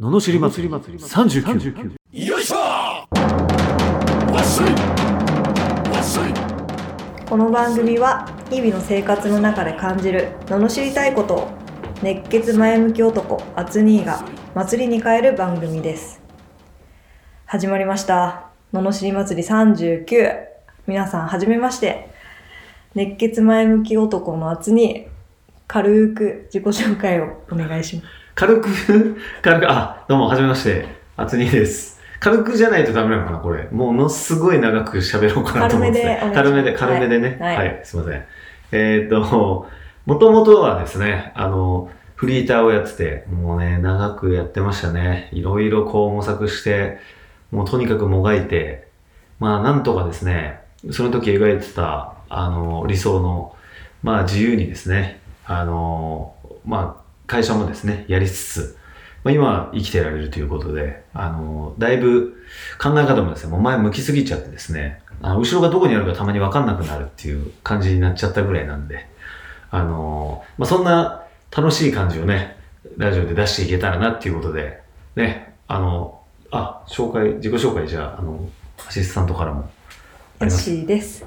ののしり祭り39よいしょわっしょいわっしょいこの番組は日々の生活の中で感じる罵りたいことを熱血前向き男アツニーが祭りに変える番組です始まりました罵り祭り39皆さんはじめまして熱血前向き男のアツニー軽く自己紹介をお願いします軽く軽くあどうもはじめましてあつにです軽くじゃないとダメなのかなこれものすごい長く喋ろうかなと思ってて軽軽めめででお軽願いめしますでねは、はいいすいませんえーっともともとはですねあのフリーターをやっててもうね長くやってましたねいろいろこう模索してもうとにかくもがいてまあなんとかですねその時描いてたあの理想のまあ自由にですねあのまあ会社もですねやりつつ、まあ、今生きてられるということであのだいぶ考え方もですねもう前向きすぎちゃってですねあの後ろがどこにあるかたまに分かんなくなるっていう感じになっちゃったぐらいなんであの、まあ、そんな楽しい感じをねラジオで出していけたらなっていうことでねあのあ紹介自己紹介じゃああのアシスタントからもあよりますしーです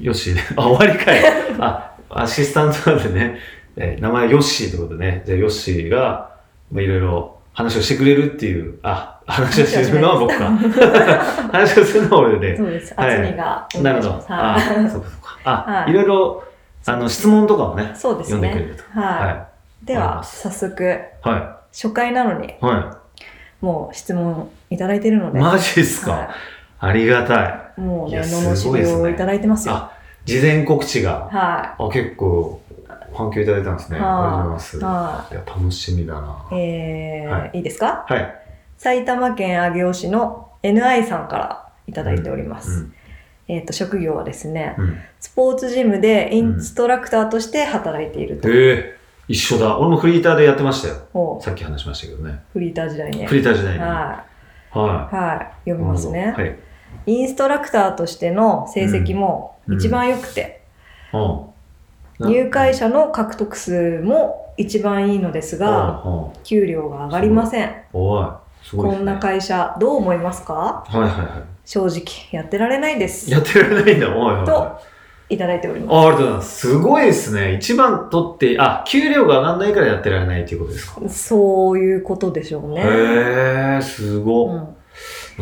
ヨッシーで、あ、終わりかい。あ、アシスタントなんでね、えー名前ヨッシーってことでね、じゃあヨッシーが、まあ、いろいろ話をしてくれるっていう、あ、話をするのは僕か。話をするのは俺で、 そうですアはいツニーがおなる願いほどしま。すあはい、そうかそうか。あ、はいい、ろいろ、あの、質問とかをね、そうです読んでくれねると。はい、はでお願いしまはす早速い。は初回なのにい。はもう質問いただいてるのい。で、マジっすか、はありがたい。いもういねやす罵ごいりですをねいただいてますよあ、事前告知が、はあ、結構、反響いただいたんですね。ありがはいとうございます。いいはや、楽しみだな。いえー、はいいですかはい。埼玉県上尾市の NI さんからいただいております、うんえっ、と職業はですねうんスポーツジムでインストラクターとして働いていると、ええ一緒だ。俺もフリーターでやってましたよ。もうさっき話しましたけどね。フリーター時代ねフリーター時代に。は。はい、はいはい、読みますね、はい。うんインストラクターとしての成績も一番良くて、な入会者の獲得数も一番いいのですが、うんうん給料が上がりません。おい。すごいでこすんね。な会社どう思いますかはいはいは正直やってられないでい。す。やってられないんだ。おいおいおい。とあ、いただいております。ありがとうございます。すごいですね。一番取って、あ、給料が上がんないからやってられないっていうことですか。そういうことでしょうね。へえ、すごうっ。ん、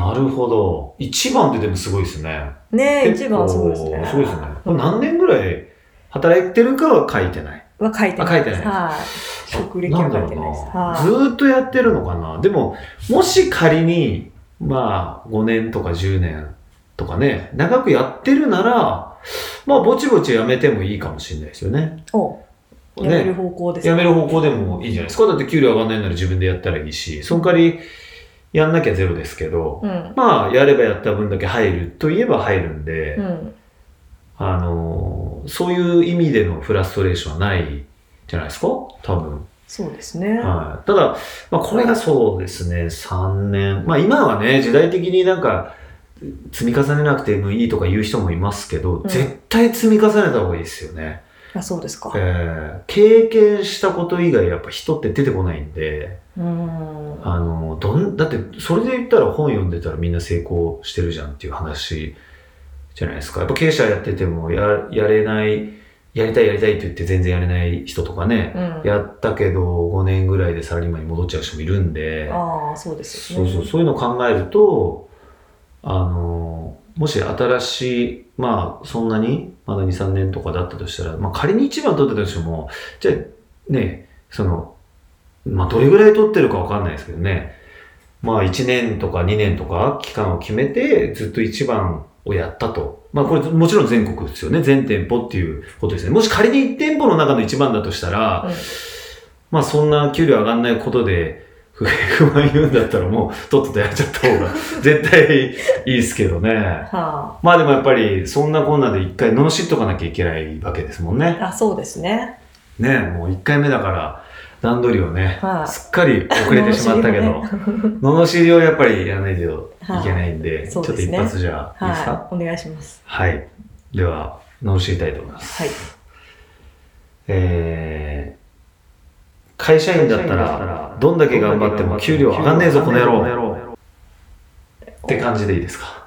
なるほど。一番ってでもすごいですね。ねえ、結一構番すごいですね。すごいですね。これ何年ぐらい働いてるかは書いてない。は書いてない。あ書いてないはい。職歴なはんだ書ろいうてないです。な。ずはい。ーっとやってるのかな。でも、もし仮に、まあ、5年とか10年とかね、長くやってるなら、まあ、ぼちぼちやめてもいいかもしれないですよね。おやめるね。方向です、やめる方向でもいいじゃないですか。だって給料上がんないなら自分でやったらいいし、その代わり、やんなきゃゼロですけど、うん。まあ、やればやった分だけ入るといえば入るんで、うん。あのーそういう意味でのフラストレーションはないじゃないですか多分。そうですね。はい、ただ、まあ、これがそうですね、3年、まあ、今はね、時代的になんか、積み重ねなくてもいいとか言う人もいますけど、うん絶対積み重ねた方がいいですよね、あ、そうですか。えー経験したこと以外、やっぱ人って出てこないんで、うーん。あのどんだって、それで言ったら本読んでたらみんな成功してるじゃんっていう話じゃないですか。やっぱ経営者やっててもや、やれない、やりたいやりたいって言って全然やれない人とかね、うん。やったけど5年ぐらいでサラリーマンに戻っちゃう人もいるんでああ、そうですそようね。そうそういうのを考えるとあのもし新しいまあそんなにまだ23年とかだったとしたら、まあ、仮に1番取ってたとしてもじゃあねそのまあどれぐらい取ってるかわかんないですけどねまあ1年とか2年とか期間を決めてずっと1番をやったと。まあこれもちろん全国ですよね。全店舗っていうことですね。もし仮に1店舗の中の1番だとしたら、うんまあそんな給料上がんないことで不 不満言うんだったらもうとっととやっちゃった方 が絶対いいですけどね。はまあでもやっぱりそんなこんなで一回罵っとかなきゃいけないわけですもんね。あ。あ、そうですね。ねえもう一回目だから段取りをね、はいすっかり遅れてしまった けど、罵りをやっぱりやらないといけないんで、はいちそょっうとです一ね発じゃいいですかはい。お願いします。はい、では罵りたいと思います。はい。えー会社員だったら、どんだけ頑張っても給料上がんねえぞ、この野郎。って感じでいいですか。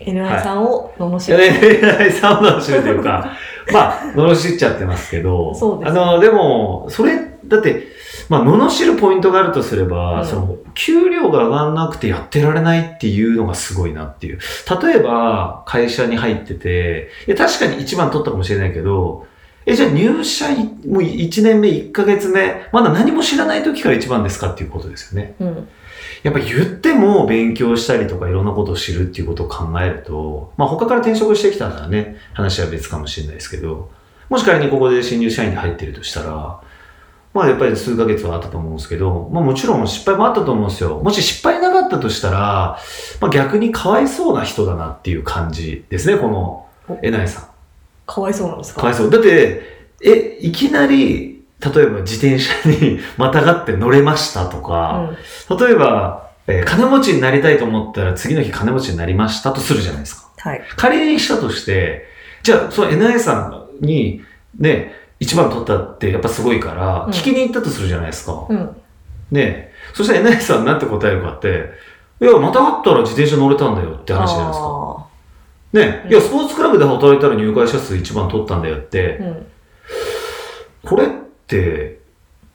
NI さんを罵いやる。ね、サウナの種類というか、まあ、罵っちゃってますけど、そうですあの、でも、それ、だって、まあ、罵るポイントがあるとすれば、うんその、給料が上がんなくてやってられないっていうのがすごいなっていう。例えば、会社に入ってて、いや確かに一番取ったかもしれないけど、え、じゃあ入社いもう1年目、1ヶ月目、まだ何も知らない時から一番ですかっていうことですよね。うん。やっぱ言っても勉強したりとかいろんなことを知るっていうことを考えると、まあ他から転職してきたならね、話は別かもしれないですけど、もし仮にここで新入社員で入ってるとしたら、まあやっぱり数ヶ月はあったと思うんですけど、まあもちろん失敗もあったと思うんですよ。もし失敗なかったとしたら、まあ逆にかわいそうな人だなっていう感じですね、このお、えなえさん。かわいそうなんですかかわいそう。だって、え、いきなり、例えば自転車に またがって乗れましたとか、うん。例えば、えー金持ちになりたいと思ったら次の日金持ちになりましたとするじゃないですか。はい。仮にしたとして、じゃあ、その NI さんに、ね、一番取ったってやっぱすごいから、うん聞きに行ったとするじゃないですか。うん。ね、そしたら NI さんなんて答えるかって、いや、またがったら自転車乗れたんだよって話じゃないですか。あね、うんいや、スポーツクラブで働いたら入会者数一番取ったんだよって、ーうん。これって、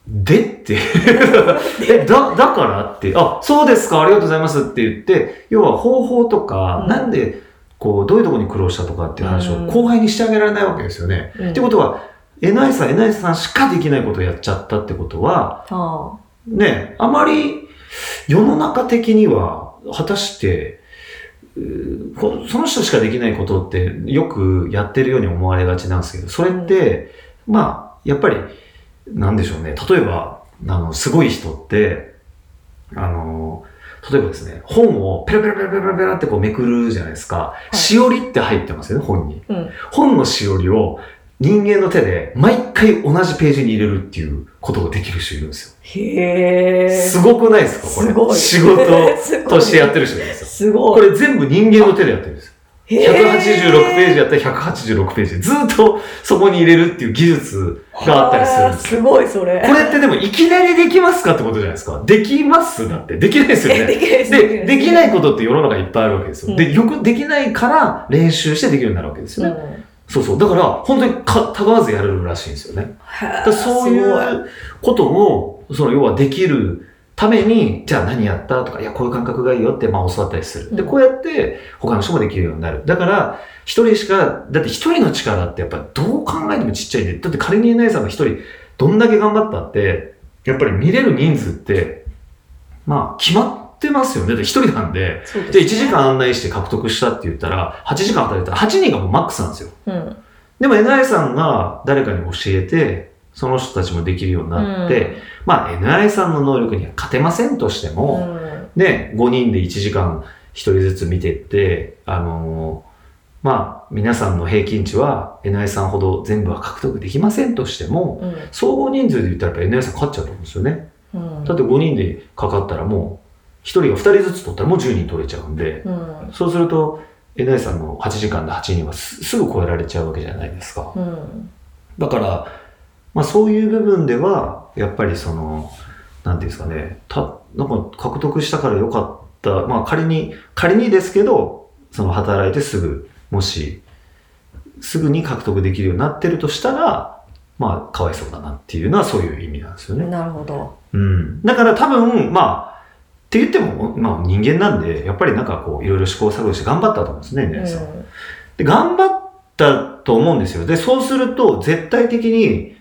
でって。 え、だ、だからって、あ、そうですか、ありがとうございますって言って、要は方法とか、うんなんで、こう、どういうところに苦労したとかっていう話うんを後輩にしてあげられないわけですよね。うんってことは、えなさん、えなさんしかできないことをやっちゃったってことは、あね、あまり世の中的には、果たして、うーこその人しかできないことってよくやってるように思われがちなんですけど、それって、まあ、やっぱり、なんでしょうね。例えば、あの、すごい人って、あの、例えばですね、本をペラペラペラペラペラってこうめくるじゃないですか。いしおりって入ってますよね、本に。あ。うん。本のしおりを人間の手で毎回同じページに入れるっていうことができる人いるんですよ。へえ。すごくないですかこれ。すごい。仕事すごいとしてやってる人なんです よ。すごこい。れ全部人間の手でやってるんですよ。へー186ページやったら186ページ。ずっとそこに入れるっていう技術があったりするんですよ。あーすごい、それ。これってでもいきなりできますかってことじゃないですか。できますだって。できないですよえ、ね。できない で、できないこことって世の中いっぱいあるわけですよ。うんで、よくできないから練習してできるようになるわけですよね。ね。そうそう。だから、本当にか、たがわずやれるらしいんですよね。だからそういはうことを、その要はできるために、じゃあ何やったとか、いや、こういう感覚がいいよって、まあ教わったりする。で、うんこうやって他の人もできるようになる。だから、一人しか、だって一人の力ってやっぱどう考えてもちっちゃいんで、だって仮にえないさんが一人、どんだけ頑張ったって、やっぱり見れる人数って、まあ決まってますよね。だって一人なんで、そうじゃあ1ですね時間案内して獲得したって言ったら、8時間働いたら8人がもうマックスなんですよ。うん。でも NI さんが誰かに教えて、その人たちもできるようになって、まあ NI さんの能力には勝てませんとしてうん、も、ね、5人で1時間1人ずつ見てって、あのーまあ皆さんの平均値は NI さんほど全部は獲得できませんとしても、うん。総合人数で言ったらやっぱ NI さん勝っちゃうと思うんですよね。うん。だって5人でかかったらもう、1人が2人ずつ取ったらもう10人取れちゃうんで、うん。そうすると、NI さんの8時間で8人はすすぐ超えられちゃうわけじゃないですか。うん。だから、まあ、そういう部分ではやっぱりそのなんていうんですかねたなんか獲得したから良かった、まあ、仮に仮にですけどその働いてすぐもしすぐに獲得できるようになってるとしたらまあかわいそうだなっていうのはそういう意味なんですよね。なるほど。うん、だから多分まあって言っても、まあ、人間なんでやっぱりなんかこういろいろ試行錯誤して頑張ったと思うんですね、う皆さん。ん。で、頑張ったと思うんですよ。で、そうすると、絶対的に、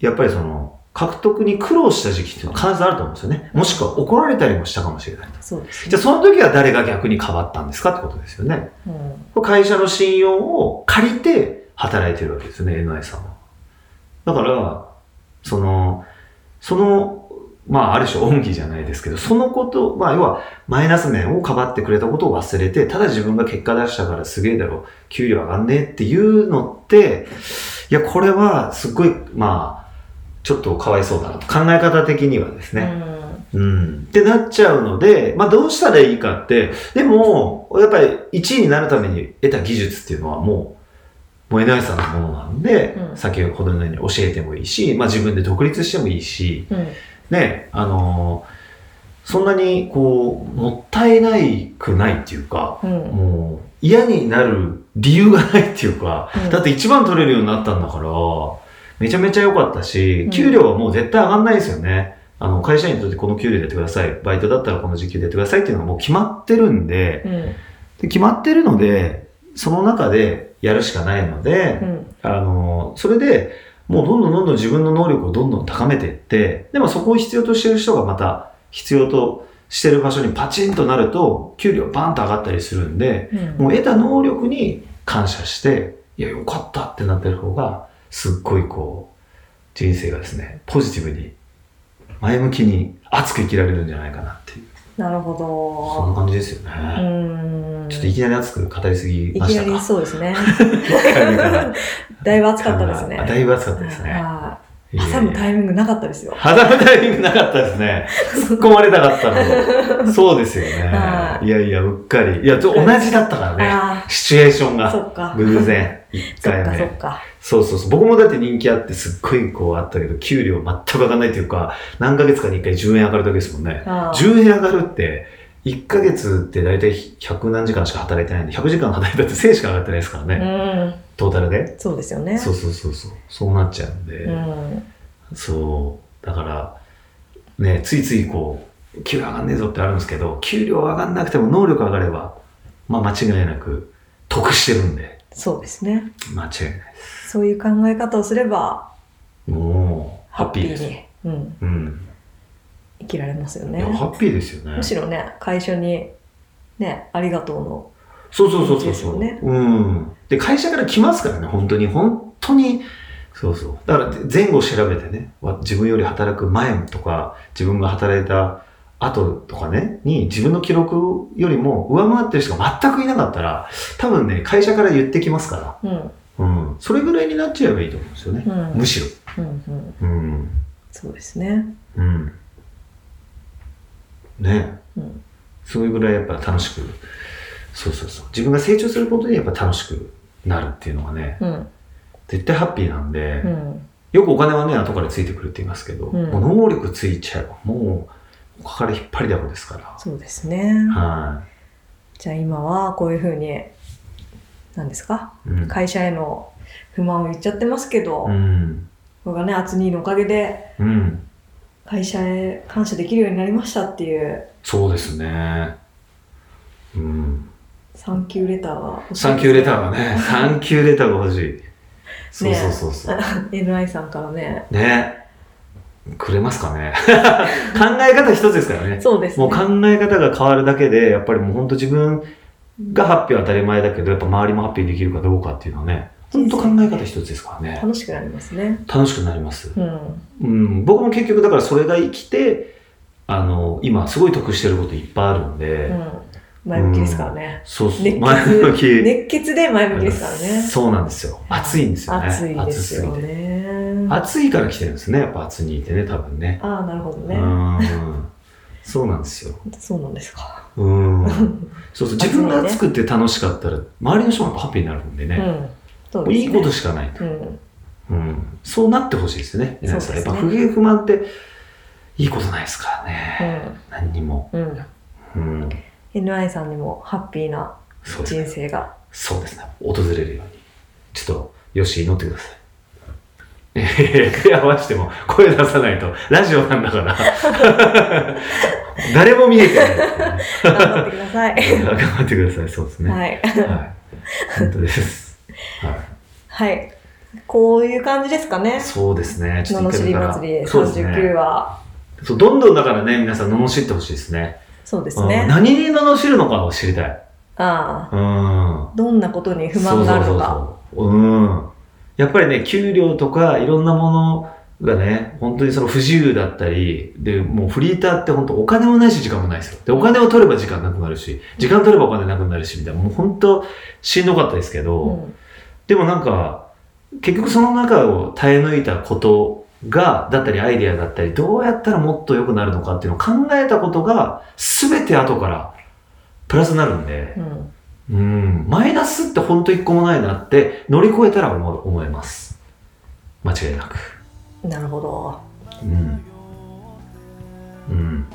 やっぱりその、獲得に苦労した時期っていうのは必ずあると思うんですよね。もしくは怒られたりもしたかもしれない。そうですね。じゃあ、その時は誰が逆に変わったんですかってことですよね。うん。会社の信用を借りて働いてるわけですよね、NI さんは。だから、その、その、まあ、ある種恩義じゃないですけど、そのこと、まあ、要は、マイナス面をかばってくれたことを忘れて、ただ自分が結果出したからすげえだろ、給料上がんねえっていうのって、いや、これは、すっごい、まあ、ちょっとかわいそうだなと。考え方的にはですね。うん。うんってなっちゃうので、まあどうしたらいいかって、でも、やっぱり1位になるために得た技術っていうのはもう、もうえなさんのものなんで、うん先ほどのように教えてもいいし、まあ自分で独立してもいいし、うん。ね、あのーそんなにこう、もったいないくないっていうか、うん。もう嫌になる理由がないっていうか、うんだって一番取れるようになったんだから、めちゃめちゃ良かったしうん、給料はもう絶対上がんないですよね。あの、会社員にとってこの給料でやってください。バイトだったらこの時給でやってくださいっていうのがもう決まってるんで、うん。で決まってるので、その中でやるしかないので、うん。あの、それでもうどんどんどんどん自分の能力をどんどん高めていって、でもそこを必要としてる人がまた必要としてる場所にパチンとなると、給料バンと上がったりするんで、うん。もう得た能力に感謝して、いや、よかったってなってる方が、すっごいこう、人生がですね、ポジティブに、前向きに熱く生きられるんじゃないかなっていう、なるほそんなど。感じですようね。ん。ちょっといきなり熱く語りすぎいましきたなか。りそうです ね。回目からだいぶ暑かったですね。あだいぶ熱かったですね。はあ挟むタイミングなかったですよ。挟むタイミングなかったですね。突っ込まれたかったの。そうですよはね。いいやいや、うっかり。いや、ちょ同じだったからね。あシチュエーションあ、そが。っか。偶然。一そっ回かそ目っ。か。そうそうそう。僕もだって人気あってすっごいこうあったけど、給料全く上がらないというか、何ヶ月かに1回10円上がるだけですもんね。ああ10円上がるって、1ヶ月って大体100何時間しか働いてないんで、100時間働いたって1000しか上がってないですからね。うん。トータルで。そうですよね。そうそうそうそう。そうなっちゃうんで。うん。そう。だから、ね、ついついこう、給料上がんねえぞってあるんですけど、給料上がんなくても能力上がれば、まあ間違いなく得してるんで、そうですね。間違いない。そういう考え方をすれば、もう、ハッハッピピーーです。に、うん、うん。生きられますよいねや、。ハッピーですよねむ。しろね、会社に、ね、ありがとうの。そうそうそうそうですそよう、ねうん。で、会社から来ますからね、本当に、本当に。そうそう。だから、前後調べてね、わ自分より働く前とか、自分が働いた後とかね、に自分の記録よりも上回ってる人が全くいなかったら、多分ね、会社から言ってきますかうん、ら。うん。それぐらいになっちゃえばいいと思うんですよねう。ん、むしうん、うん。ろ。うん。そうですね。うん。ね。うんそれぐらいやっぱ楽しく、そうそうそう。自分が成長することでやっぱ楽しくなるっていうのがね、うん、絶対ハッピーなんで、うん、よくお金はね、後からついてくるって言いますけど、うんもう能力ついちゃえば、もう、ここから引っ張りだこですから。そうですね。はじゃあ今はこういうふうに、なんですかい。うん。会社への不満を言っちゃってますけど、うん。これがね、厚にのおかげで、うん。会社へ感謝できるようになりましたっていう、そうですね。うん。サンキューレターは欲しいですサンキューレターがね、サンキューレターが欲しい。そうそうそうそう。 NI さんからね。ねくれますかね 考え方一つですからね。そうですね。もう考え方が変わるだけで、やっぱりもう本当自分がハッピーは当たり前だけど、やっぱ周りもハッピーできるかどうかっていうのはね、本当考え方一つですからね。楽しくなりますね。楽しくなります。うん。うん、僕も結局だからそれが生きて、あの、今すごい得してることいっぱいあるんで、うん。前向きですからね。そうそう、熱血前向き。熱血で前向きですからね。そうなんですよ。暑いんですよね。暑いで暑すすぎよて。ね。暑いから来てるんですね。やっぱ暑にいてね、多分ね。ああ、なるほどねう。ーんそうなんですよ。そうなんですか。うーん。そうそう。自分集まりがね作って楽しかったら、周りの人もハッピーになるんでうね。ん。そうもうですいね。いことしかないと。うん。うん。そうなってほしいですね。皆さん。そやうでっすねぱ不平不満って、いいことないですからね。何にも。うん。ううん。ん。 NI さんにもハッピーなそうです人ね。生が。そうですね。訪れるように。ちょっと、よし、祈ってください。えへへ手合わせても声出さないと。ラジオなんだから。誰も見えてないっていうね。頑張ってくださ い。頑張ってください。そうですね。はい。はい。本当です。ははい。こういう感じですかい。ね。そうですね。ののしり祭りそうです39ね。は。そう、どんどんだからね、皆さん、罵ってほしいですね。そうですうんね。何に罵るのかを知りたい。あうん。あ。どんなことに不満があるのか。そうそうそうそう。うん。やっぱりね、給料とか、いろんなものがね、本当にその不自由だったり、で、もうフリーターって本当お金もないし時間もないですよ。で、お金を取れば時間なくなるし、時間取ればお金なくなるし、みたいな、もう本当しんどかったですけど、うん。でもなんか、結局その中を耐え抜いたことが、だったりアイデアだったり、どうやったらもっと良くなるのかっていうのを考えたことが、すべて後から、プラスになるんでう、ん。うん、マイナスってほんと一個もないなって、乗り越えたら思う思えます。間違いなく。なるほど。うん。うん。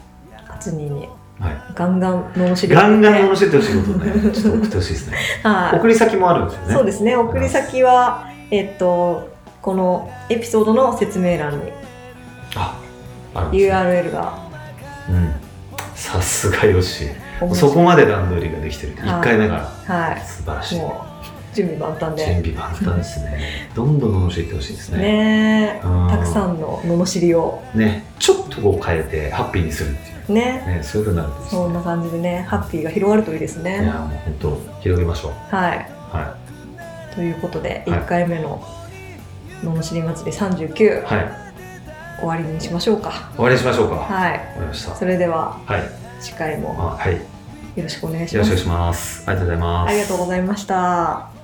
アツニーにはガンガンのお知い。り合いガンガンね罵ってほしいことをね、ちょっと送ってほしいですね。 は送り先もあるんですよいね。そうですね送り先はえっとこのエピソードの説明欄にあ、あるんですね URL がうん。さすがよし。面そ白いこまで段取りができてる。一はい回目かはら。素晴らしいい。もう準備万端で準備万端ですね。どんどん教えてほしいですね。ねえたくさん。んの罵りをね、ちょっとこう変えて、ハッピーにするっていう。ねね、そういうふうになるんですねそんな感じでねハッピーが広がるといいですいねや、もう本当、広げましょう。はいはということではい1回目の罵り祭り39い。はい。終わりにしましょうか終わりにしましょうか。わかはいりました。それでははい。次回あもはい。よよろしくお願いしろましくお願いすします。ありがとうございます。ありがとうございました。